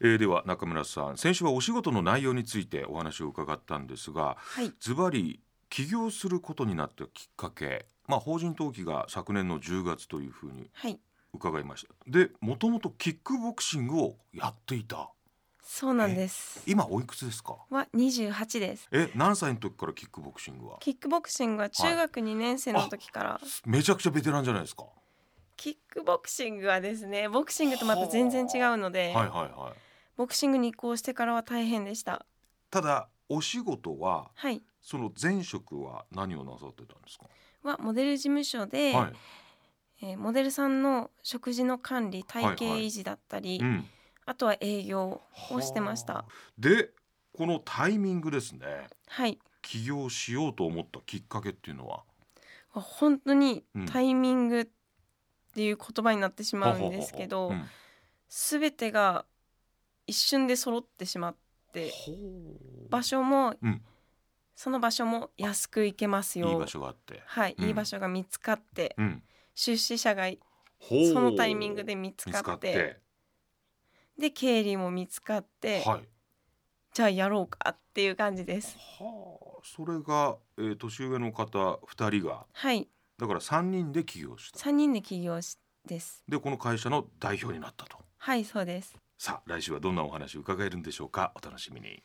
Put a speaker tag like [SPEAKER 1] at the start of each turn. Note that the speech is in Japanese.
[SPEAKER 1] えーでは中村さん先週はお仕事の内容についてお話を伺ったんですが
[SPEAKER 2] はい、
[SPEAKER 1] ズバリ起業することになったきっかけ、まあ、法人登記が昨年の10月というふうに
[SPEAKER 2] はい、
[SPEAKER 1] 伺いましたでもともとキックボクシングをやっていた
[SPEAKER 2] そうなんです。
[SPEAKER 1] 今おいくつですか
[SPEAKER 2] は28です。
[SPEAKER 1] え何歳の時からキックボクシングは
[SPEAKER 2] キックボクシングは中学2年生の時から、
[SPEAKER 1] めちゃくちゃベテランじゃないですかは
[SPEAKER 2] キックボクシングはですね、ボクシングとまた全然違うの
[SPEAKER 1] い
[SPEAKER 2] で、
[SPEAKER 1] はいはい
[SPEAKER 2] ボクシングに移行してからは大変でした。
[SPEAKER 1] ただお仕事は
[SPEAKER 2] はい、
[SPEAKER 1] その前職は何をなさってたんですか、
[SPEAKER 2] はモデル事務所で、
[SPEAKER 1] はい、
[SPEAKER 2] えーモデルさんの食事の管理、体型
[SPEAKER 1] はいはい
[SPEAKER 2] 維持だったり、
[SPEAKER 1] うん、
[SPEAKER 2] あとは営業をしてまし
[SPEAKER 1] は
[SPEAKER 2] た
[SPEAKER 1] あ。でこのタイミングですね
[SPEAKER 2] はい、
[SPEAKER 1] 起業しようと思ったきっかけっていうのは
[SPEAKER 2] 本当に
[SPEAKER 1] うん
[SPEAKER 2] タイミングっていう言葉になってしまうんですけど。
[SPEAKER 1] うん
[SPEAKER 2] すべてが一瞬で揃ってしまって
[SPEAKER 1] ほう
[SPEAKER 2] 場所も、
[SPEAKER 1] うん
[SPEAKER 2] その場所も安く行けますよ
[SPEAKER 1] いい場所があって、
[SPEAKER 2] はい、
[SPEAKER 1] うん
[SPEAKER 2] いい場所が見つかって
[SPEAKER 1] うん、
[SPEAKER 2] 出資者がい
[SPEAKER 1] ほう
[SPEAKER 2] そのタイミングで見つ
[SPEAKER 1] 見
[SPEAKER 2] か
[SPEAKER 1] つ
[SPEAKER 2] って
[SPEAKER 1] かって
[SPEAKER 2] で経理も見つかって、
[SPEAKER 1] はい
[SPEAKER 2] じゃあやろうかっていう感じです
[SPEAKER 1] はあそれが、えー、年上の方2人が
[SPEAKER 2] はい
[SPEAKER 1] だから3人で起業した
[SPEAKER 2] 3人で起業しです
[SPEAKER 1] でこの会社の代表になったと
[SPEAKER 2] はいそうです
[SPEAKER 1] さあ来週はどんなお話を伺えるんでしょうかお楽しみに